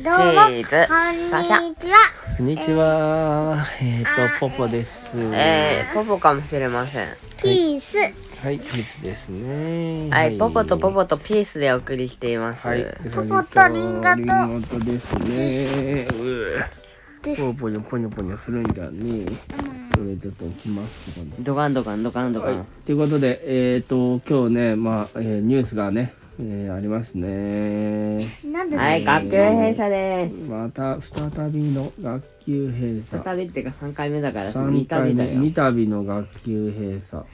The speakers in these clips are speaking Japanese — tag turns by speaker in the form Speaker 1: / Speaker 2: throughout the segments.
Speaker 1: どうも、こんにちは。
Speaker 2: こんにちは。えっ、
Speaker 1: あ
Speaker 2: と、ポポです。
Speaker 3: えー、ポポかもしれません。
Speaker 1: キース。
Speaker 2: はい、キスですね。
Speaker 3: はい、ポポとポ。ポとピースでお送りしています。
Speaker 2: はい、
Speaker 1: ポポとリンゴと
Speaker 2: リンゴとですね。
Speaker 1: で
Speaker 2: う
Speaker 1: す
Speaker 2: ー。ポニョポニョポニョするんだね。これちょっと置きますとかね。
Speaker 3: ドカンドカンドカンドカン。
Speaker 2: はい、ということで、えっ、と、今日ね、まあ、えーニュースがね、えーありますね。
Speaker 1: なんで、
Speaker 3: はい、学級閉鎖で
Speaker 2: また、再びの学級閉
Speaker 3: す。
Speaker 2: 鎖。
Speaker 3: 再びっていうか3回目だから、
Speaker 2: 三
Speaker 3: 見た
Speaker 2: 回
Speaker 3: びだ
Speaker 2: 目、
Speaker 3: よ。
Speaker 2: 二度の学級閉鎖。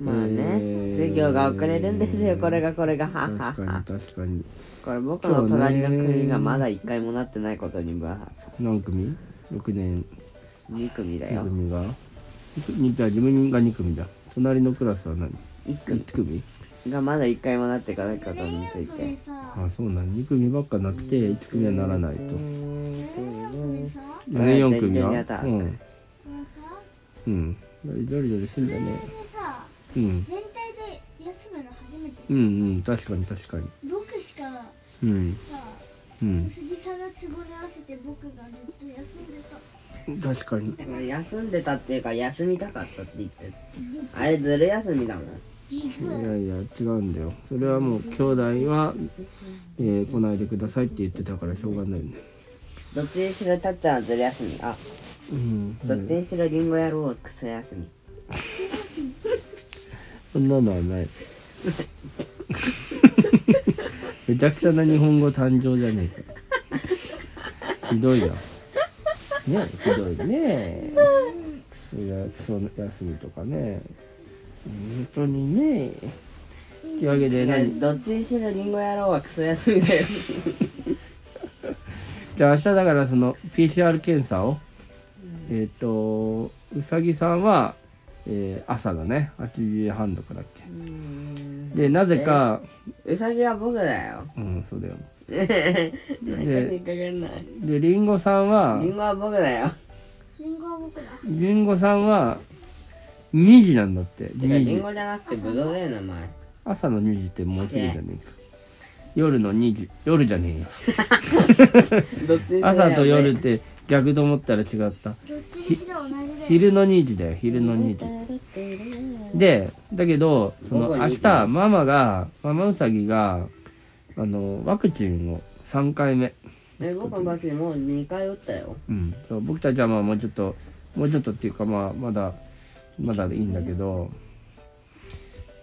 Speaker 3: まあね、
Speaker 2: えー
Speaker 3: 授業が遅れるんですよ、これがこれが。はっ
Speaker 2: 確
Speaker 3: はっ
Speaker 2: か
Speaker 3: は
Speaker 2: に。確かに。
Speaker 3: これ僕の隣の国がまだ1回もなってないことにぶわ、
Speaker 2: 何組 ?6 年
Speaker 3: 2組だ
Speaker 2: 2
Speaker 3: よ。
Speaker 2: 組が2組自分が2組だ隣のクラスは何
Speaker 3: 1
Speaker 2: 1組
Speaker 3: 組がまだ1回もなってないことについ
Speaker 1: これ
Speaker 3: て。
Speaker 1: さ、
Speaker 2: あそうなん2組ばっかなくて1組はならないと
Speaker 1: これさ、
Speaker 2: で4組
Speaker 3: 大
Speaker 2: は
Speaker 3: 体やだ
Speaker 2: うん
Speaker 1: これさ、
Speaker 2: うんどれどれするんだね
Speaker 1: これさ、
Speaker 2: うん
Speaker 1: 全体で休むの初めて。
Speaker 2: うんうん確かに確かに
Speaker 1: 僕しか
Speaker 2: うん
Speaker 1: さ、
Speaker 2: うん
Speaker 1: 杉さんの都合に合わせて僕がずっと休んでた。
Speaker 2: 確かに
Speaker 3: だから休んでたっていうか、休みたかったって言ってる。あれ、ずる休みだもん。
Speaker 1: ギ
Speaker 2: いや
Speaker 1: ブ。
Speaker 2: いや違うんだよそれはもう兄弟は、えー来ないでくださいって言ってたからしょうがないよね
Speaker 3: どっちにしろたっちゃんはずる休み。あ、
Speaker 2: うん
Speaker 3: どっちにしろりんご野郎はクソ休み。
Speaker 2: そんなのはない。 めちゃくちゃな日本語誕生じゃねえか。ひどいな。ねえ、ひどいね。クソや、クソ休みとかね。本当にね。というわけで、何
Speaker 3: どっちにしろりんご野郎はクソ休みだよ。
Speaker 2: じゃあ明日だからその PCR 検査を、えっ、と、うさぎさんは、えー朝だね。8時半とかだっけ。で、なぜか、
Speaker 3: うさぎは僕だよ。
Speaker 2: うん、そうだよ。
Speaker 3: なんか 引っかかんない。
Speaker 2: で、りんごさんは
Speaker 3: り、んごは僕だよ。
Speaker 1: リンゴは僕だ。
Speaker 2: りんごさんは2時なんだって
Speaker 3: てか、
Speaker 2: 2
Speaker 3: りん
Speaker 2: 時
Speaker 3: ごじゃなくてぶどうだよ、名前。
Speaker 2: 朝の2時ってもうすぐじゃねえか夜の2時夜じゃね
Speaker 3: どっちにし
Speaker 2: え
Speaker 3: ろ
Speaker 2: よ朝と夜っ。て逆と思ったら違った
Speaker 1: どっちにしろ同じだよ。
Speaker 2: 昼の2時だよ昼の2時でだけどその
Speaker 3: 午後
Speaker 2: 明
Speaker 3: 2時
Speaker 2: 日ママがママウサギがあのワクチンを3回目
Speaker 3: え、僕のバッチもう2回打ったよ。
Speaker 2: うん、そう僕たちはまあもうちょっともうちょっとっていうかまあまだまだでいいんだけど、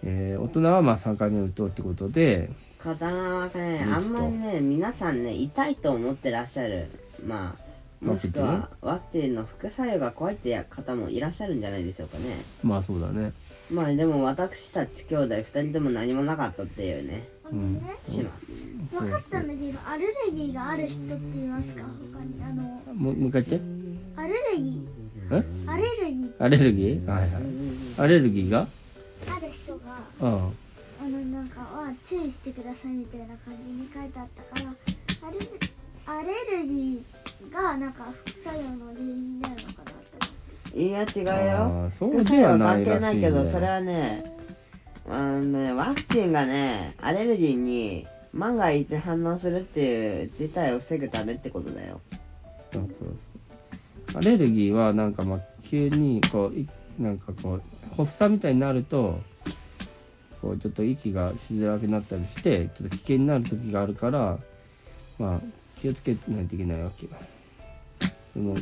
Speaker 2: えー大人はまあ3回目打とうってことで
Speaker 3: 刀はね、あんまりね、皆さんね、痛いと思ってらっしゃる。まあ、もしくはワクチンの副作用が怖いって方もいらっしゃるんじゃないでしょうかね。
Speaker 2: まあそうだね
Speaker 3: まあでも私たち兄弟2人とも何もなかったっていうね
Speaker 1: あのね、
Speaker 3: 始末
Speaker 1: 分かったんだけど、アレルギーがある人って言いますか他に。あの、
Speaker 2: もうもう一回言って
Speaker 1: アレルギ
Speaker 2: え
Speaker 1: ー、アレルギー
Speaker 2: アレルギーはいはいアレルギーが
Speaker 1: ある人が、
Speaker 2: うん
Speaker 1: あのなんかは注意してくださいみたいな感じに書いてあったからアレルアレルギーがなんか副作用の理由になるのかなって
Speaker 3: いや違う
Speaker 2: あ
Speaker 3: よ
Speaker 2: ーそう
Speaker 3: 副作
Speaker 2: で
Speaker 3: 用
Speaker 2: は
Speaker 3: は
Speaker 2: な
Speaker 3: 関
Speaker 2: い
Speaker 3: 係
Speaker 2: ら
Speaker 3: な
Speaker 2: しい
Speaker 3: い
Speaker 2: ね
Speaker 3: けどそれはねあのねワクチンがねアレルギーに万が一反応するっていう事態を防ぐためってことだよ
Speaker 2: そうそうそうアレルギーはなんかまあ急にこういなんかこう発作みたいになるとこうちょっと息がしづらくなったりしてちょっと危険になる時があるからまあ気をつけないといけないわけよでも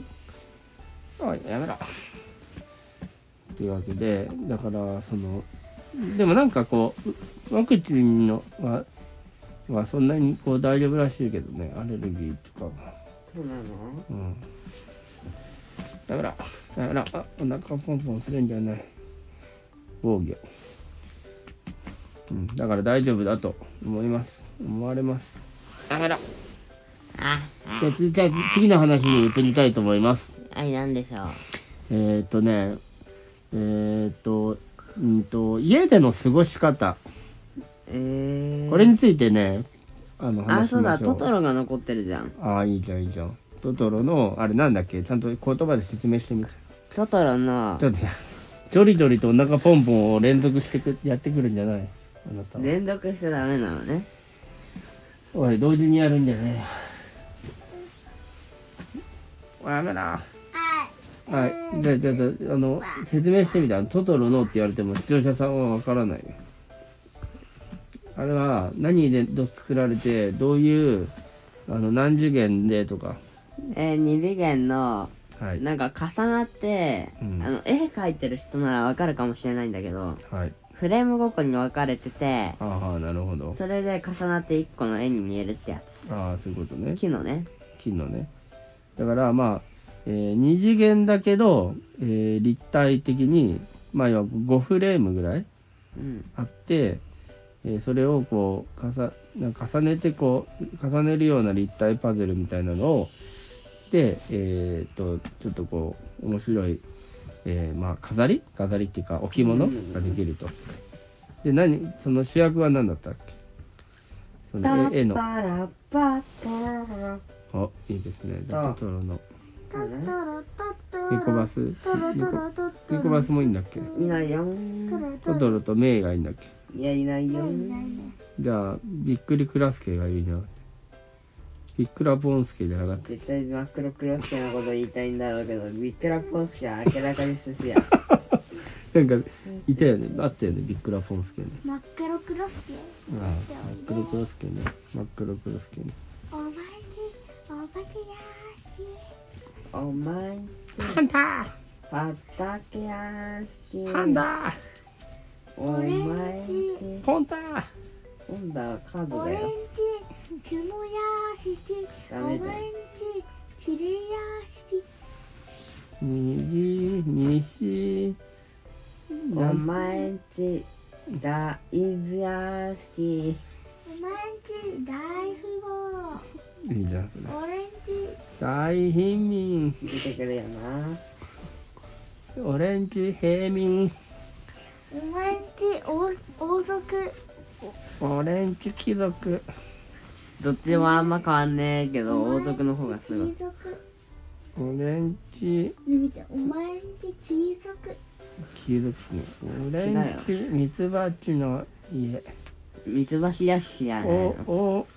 Speaker 2: おいやめろっていうわけでだからそのでもなんかこうワクチンのははそんなにこう大丈夫らしいけどねアレルギーとかは。
Speaker 3: そうなの
Speaker 2: うんダメだダメだあお腹ポンポンするんじゃない防御うんだから大丈夫だと思います思われます
Speaker 3: だからあ
Speaker 2: じゃあ次じゃあ次の話に移りたいと思います
Speaker 3: はいなんでしょう
Speaker 2: えー、っとねえー、っとうんと家での過ごし方
Speaker 3: えー、
Speaker 2: これについてねあの
Speaker 3: あ
Speaker 2: 話し
Speaker 3: そう
Speaker 2: ま
Speaker 3: だ
Speaker 2: しょ
Speaker 3: ト
Speaker 2: う
Speaker 3: トロが残ってるじゃん
Speaker 2: ああいいじゃんいいじゃんトトロのあれなんだっけちゃんと言葉で説明してみて
Speaker 3: トトロの
Speaker 2: だって、ジョリジョリとお腹ポンポンを連続してくやってくるんじゃないあなたは。
Speaker 3: 連続しちゃダメなのね
Speaker 2: おい、同時にやるんじゃないよ。ダメだ。
Speaker 1: はい
Speaker 2: はい。じゃあ、じゃあ、じゃあ、あの、説明してみた。トトロのって言われても視聴者さんはわからない。あれは、何でど作られて、どういう、あの、何次元でとか。
Speaker 3: えー、二次元の
Speaker 2: はい。
Speaker 3: なんか重なって、
Speaker 2: うん
Speaker 3: あの絵描いてる人ならわかるかもしれないんだけど
Speaker 2: はい。
Speaker 3: フレームごとに分かれてて
Speaker 2: ああ、なるほど。
Speaker 3: それで重なって一個の絵に見えるってやつ
Speaker 2: ああ、そういうことね。
Speaker 3: 木のね
Speaker 2: 金のね。だから、まあ、えー、二次元だけど、えー立体的に、まあ、要は5フレームぐらい
Speaker 3: うん
Speaker 2: あって、えーそれをこう重なんか重ねてこう重ねるような立体パズルみたいなのをでえーっとちょっとこう面白い、えーまあ飾り飾りっていうか置物
Speaker 3: うん
Speaker 2: ができると。で何その主役は何だったっけそ
Speaker 3: タ
Speaker 2: の絵絵
Speaker 3: ッ
Speaker 2: の
Speaker 3: パラッパッパラパラ
Speaker 2: おいいですねじゃあ
Speaker 3: あ
Speaker 2: トトロの
Speaker 1: トトロトトロ
Speaker 2: ニコバスニ
Speaker 1: トロト
Speaker 2: コ
Speaker 1: ロトトロ
Speaker 2: ニコバスもいいんだっけ
Speaker 3: いないよ
Speaker 1: トロト
Speaker 2: ト
Speaker 1: ロ
Speaker 2: トロとメイがいいんだっけ
Speaker 3: いやいないよ
Speaker 1: いないね
Speaker 2: じゃあびっくりクラスケがいいなびっくらぼんすけじゃなかった
Speaker 3: 絶対真っ黒クロスケのこと言いたいんだろうけどビックラポンスケは明らかに寿司や
Speaker 2: なんかいたよね、あったよね、ビックラポンスケね。
Speaker 1: 真っ黒クロスケ
Speaker 2: ああ、真っ黒クロスケね、真っ黒クロスケね。
Speaker 1: おまじおまじやし
Speaker 3: お前んち
Speaker 2: ハンター、
Speaker 3: 畑屋敷
Speaker 2: ハンダー、
Speaker 3: お前んち
Speaker 2: ポンター。
Speaker 3: 今度はカード
Speaker 1: オ
Speaker 3: だ
Speaker 1: レン
Speaker 3: よ
Speaker 1: ジ雲屋敷お
Speaker 3: ダ
Speaker 1: ま
Speaker 3: メ
Speaker 1: ん
Speaker 3: だよ
Speaker 1: じちり屋敷
Speaker 2: 右、西。
Speaker 3: お前んち大豆屋敷
Speaker 1: おまんじ大富豪
Speaker 2: いいじゃん、それ。
Speaker 1: オレンジ
Speaker 2: 大貧民、
Speaker 3: 出てくるよな
Speaker 2: オレンジ平民、
Speaker 1: おまんじ王王族
Speaker 2: オレンジ貴族。
Speaker 3: どっちもあんま変わんねえけど王族の方がすごい
Speaker 1: 貴族
Speaker 2: オレンジ
Speaker 1: ね見ておまんじ貴族
Speaker 2: 貴族ね。オレンジミツバチの家。
Speaker 3: 三つ橋屋敷や
Speaker 2: お、
Speaker 3: ね
Speaker 2: お、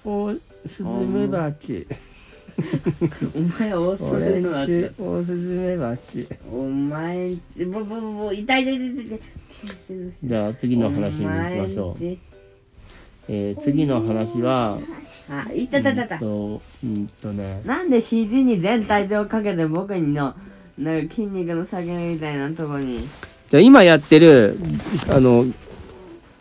Speaker 2: お、スズメバチ。
Speaker 3: お前王
Speaker 2: オ
Speaker 3: 族
Speaker 2: レ
Speaker 3: の
Speaker 2: ン
Speaker 3: や
Speaker 2: ジ
Speaker 3: つ、
Speaker 2: オスズメバチ。
Speaker 3: お前んちぼぼぼぼ痛い痛い痛い痛い
Speaker 2: じゃあ次の話に行きましょ
Speaker 3: お
Speaker 2: う。
Speaker 3: 前んち
Speaker 2: えー次の話は、
Speaker 3: あいたたたた
Speaker 2: うんと、うんとね、
Speaker 3: なんで肘に全体重をかけて僕にのなんか筋肉の下げみたいなとこに
Speaker 2: じゃあ今やってる、あの、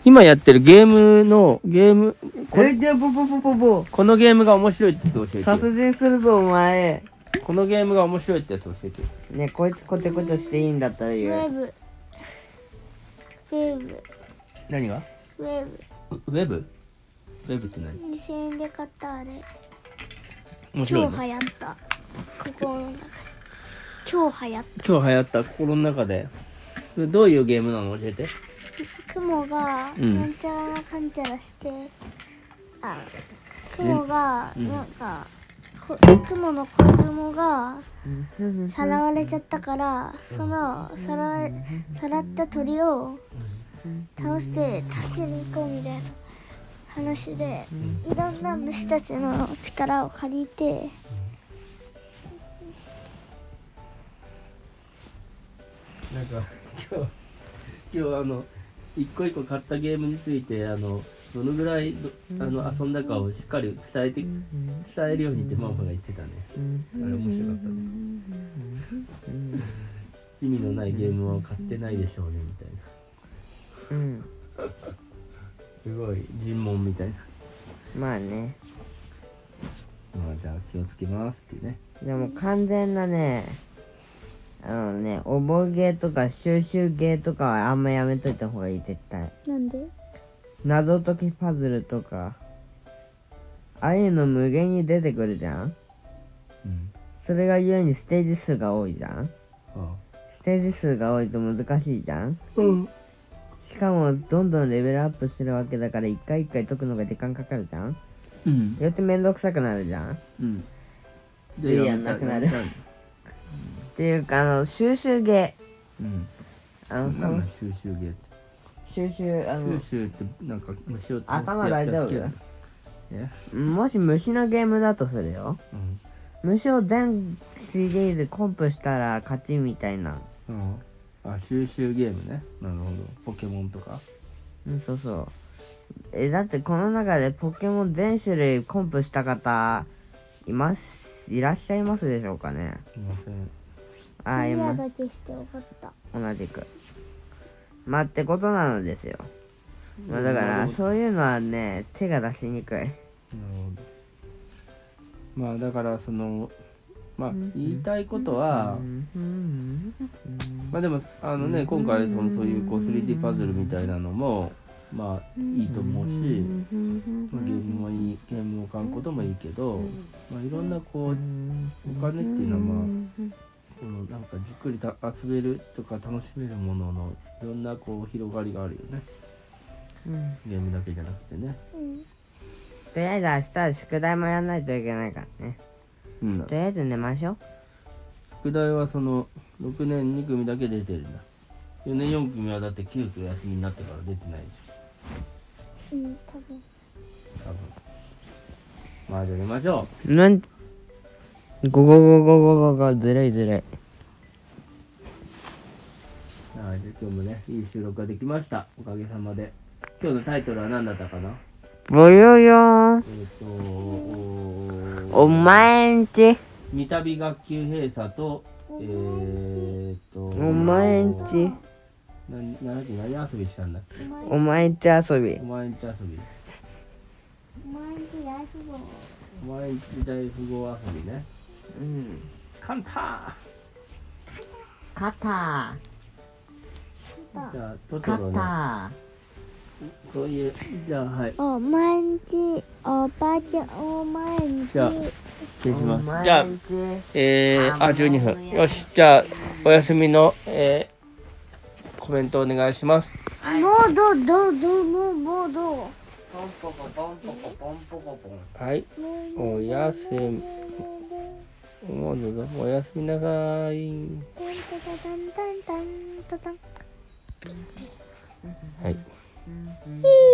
Speaker 2: 今やってるゲームの、ゲーム、これ、
Speaker 3: でぼぼぼぼぼ
Speaker 2: このゲームが面白いって教えてよ。
Speaker 3: 殺人するぞお前
Speaker 2: このゲームが面白いってやつ教えてよ。
Speaker 3: ねこいつコテコテしていいんだったら
Speaker 1: ウ
Speaker 3: 言
Speaker 1: ェ
Speaker 3: う
Speaker 1: ブウェブ
Speaker 2: 何が
Speaker 1: ウェブ
Speaker 2: ウェブウェブって何
Speaker 1: 2000円で買ったあれ
Speaker 2: 面白
Speaker 1: 超
Speaker 2: いの
Speaker 1: 流行った心の中で超流行っ
Speaker 2: 今日流行った心の中で。どういうゲームなの教えて。
Speaker 1: た雲が
Speaker 2: うん
Speaker 1: なんちゃらかんちゃらして、あ雲がなんか、こ雲の子雲がさらわれちゃったからそのさらわさらった鳥を倒して助けに行こうみたいな話でいろんな虫たちの力を借りて
Speaker 2: なんか今日今日あの一個一個買ったゲームについてあのどのぐらいどあの遊んだかをしっかり伝えて伝えるようにってママが言ってたねあれ面白かったね意味のないゲームは買ってないでしょうねみたいな
Speaker 3: うん
Speaker 2: すごい尋問みたいな
Speaker 3: まあね
Speaker 2: まあじゃあ気をつけますってね
Speaker 3: でも完全なねあのねおぼげとか収集芸とかはあんまやめといた方がいい絶対
Speaker 1: なんで
Speaker 3: 謎解きパズルとかああいうの無限に出てくるじゃん
Speaker 2: うん
Speaker 3: それがゆえにステージ数が多いじゃんス
Speaker 2: あ
Speaker 3: テージ数が多いと難しいじゃん
Speaker 2: うん
Speaker 3: しかもどんどんレベルアップしてるわけだから一回一回解くのが時間かかるじゃん
Speaker 2: うん
Speaker 3: よってめんどくさくなるじゃんっ
Speaker 2: うん
Speaker 3: でやんなくなる
Speaker 2: やめたい
Speaker 3: ていうかあの収集芸
Speaker 2: うん
Speaker 3: あの、
Speaker 2: なんだ収集ゲーって
Speaker 3: 収集あの
Speaker 2: 収集ってなんか虫を
Speaker 3: 頭大丈夫
Speaker 2: やっつけるえ
Speaker 3: もし虫のゲームだとするよ
Speaker 2: うん
Speaker 3: 無償電気ゲームコンプしたら勝ちみたいな。
Speaker 2: うん、あ収集ゲームねなるほどポケモンとか
Speaker 3: うん、そうそう。え、だってこの中でポケモン全種類コンプした方、います、いらっしゃいますでしょうかね。
Speaker 2: すいません
Speaker 3: あ、い
Speaker 1: クリア
Speaker 3: ます。
Speaker 1: だけして終わった。
Speaker 3: 同じく。まあ、ってことなのですよ。まあ、だか
Speaker 2: な
Speaker 3: ら、
Speaker 2: るほ
Speaker 3: そういうのはね、手が出しにくい。
Speaker 2: どなるほどまあだからそのまあ言いたいことは、
Speaker 3: うん
Speaker 2: まあでもあのね今回そのそういうこう 3D パズルみたいなのもまあいいと思うし、まあ、ゲームもいいゲームを買うこともいいけど、まあ、いろんなこうお金っていうのはまあこのなんかじっくりた遊べるとか楽しめるもののいろんなこう広がりがあるよね
Speaker 3: うん
Speaker 2: ゲームだけじゃなくてね
Speaker 1: うん。
Speaker 3: とりあえず明日は宿題もやんないといけないからね。
Speaker 2: うん
Speaker 3: とりあえず寝ましょう。
Speaker 2: 宿題はその6年2組だけ出てるんだ4年4組はだって急遽休みになってから出てないでし
Speaker 1: うん、多分。
Speaker 2: ょ多分まあじゃあ寝ましょ
Speaker 3: なんゴゴゴゴゴゴゴずるいずるいう
Speaker 2: はいじゃあ今日もねいい収録ができましたおかげさまで今日のタイトルは何だったかな
Speaker 3: ぼよよん
Speaker 2: えっ、とお
Speaker 3: お前んち
Speaker 2: 三度学級閉鎖とえー、っと
Speaker 3: お前んち
Speaker 2: ななんだっけ何遊びしたんだっけ
Speaker 1: お前、
Speaker 3: お前んち遊び
Speaker 2: お前んち遊び
Speaker 1: お前んち大富豪。
Speaker 2: お前んち大富豪遊びね
Speaker 3: うん
Speaker 2: 簡単
Speaker 3: 肩
Speaker 1: あ、
Speaker 2: じゃあトトロね
Speaker 3: 肩
Speaker 2: そういうじゃあはい
Speaker 1: お前んち、おばあちゃん、お前んち。
Speaker 2: じゃあ失礼しますじゃあ
Speaker 3: ち
Speaker 2: えー、あ12分よしじゃあお休みのえー、コメントお願いします
Speaker 1: もうどうどうどうもうもうどう。
Speaker 3: ポンポコポンポコポンポコポン
Speaker 2: はいおやすみもうどうぞおやすみなさいはい
Speaker 1: い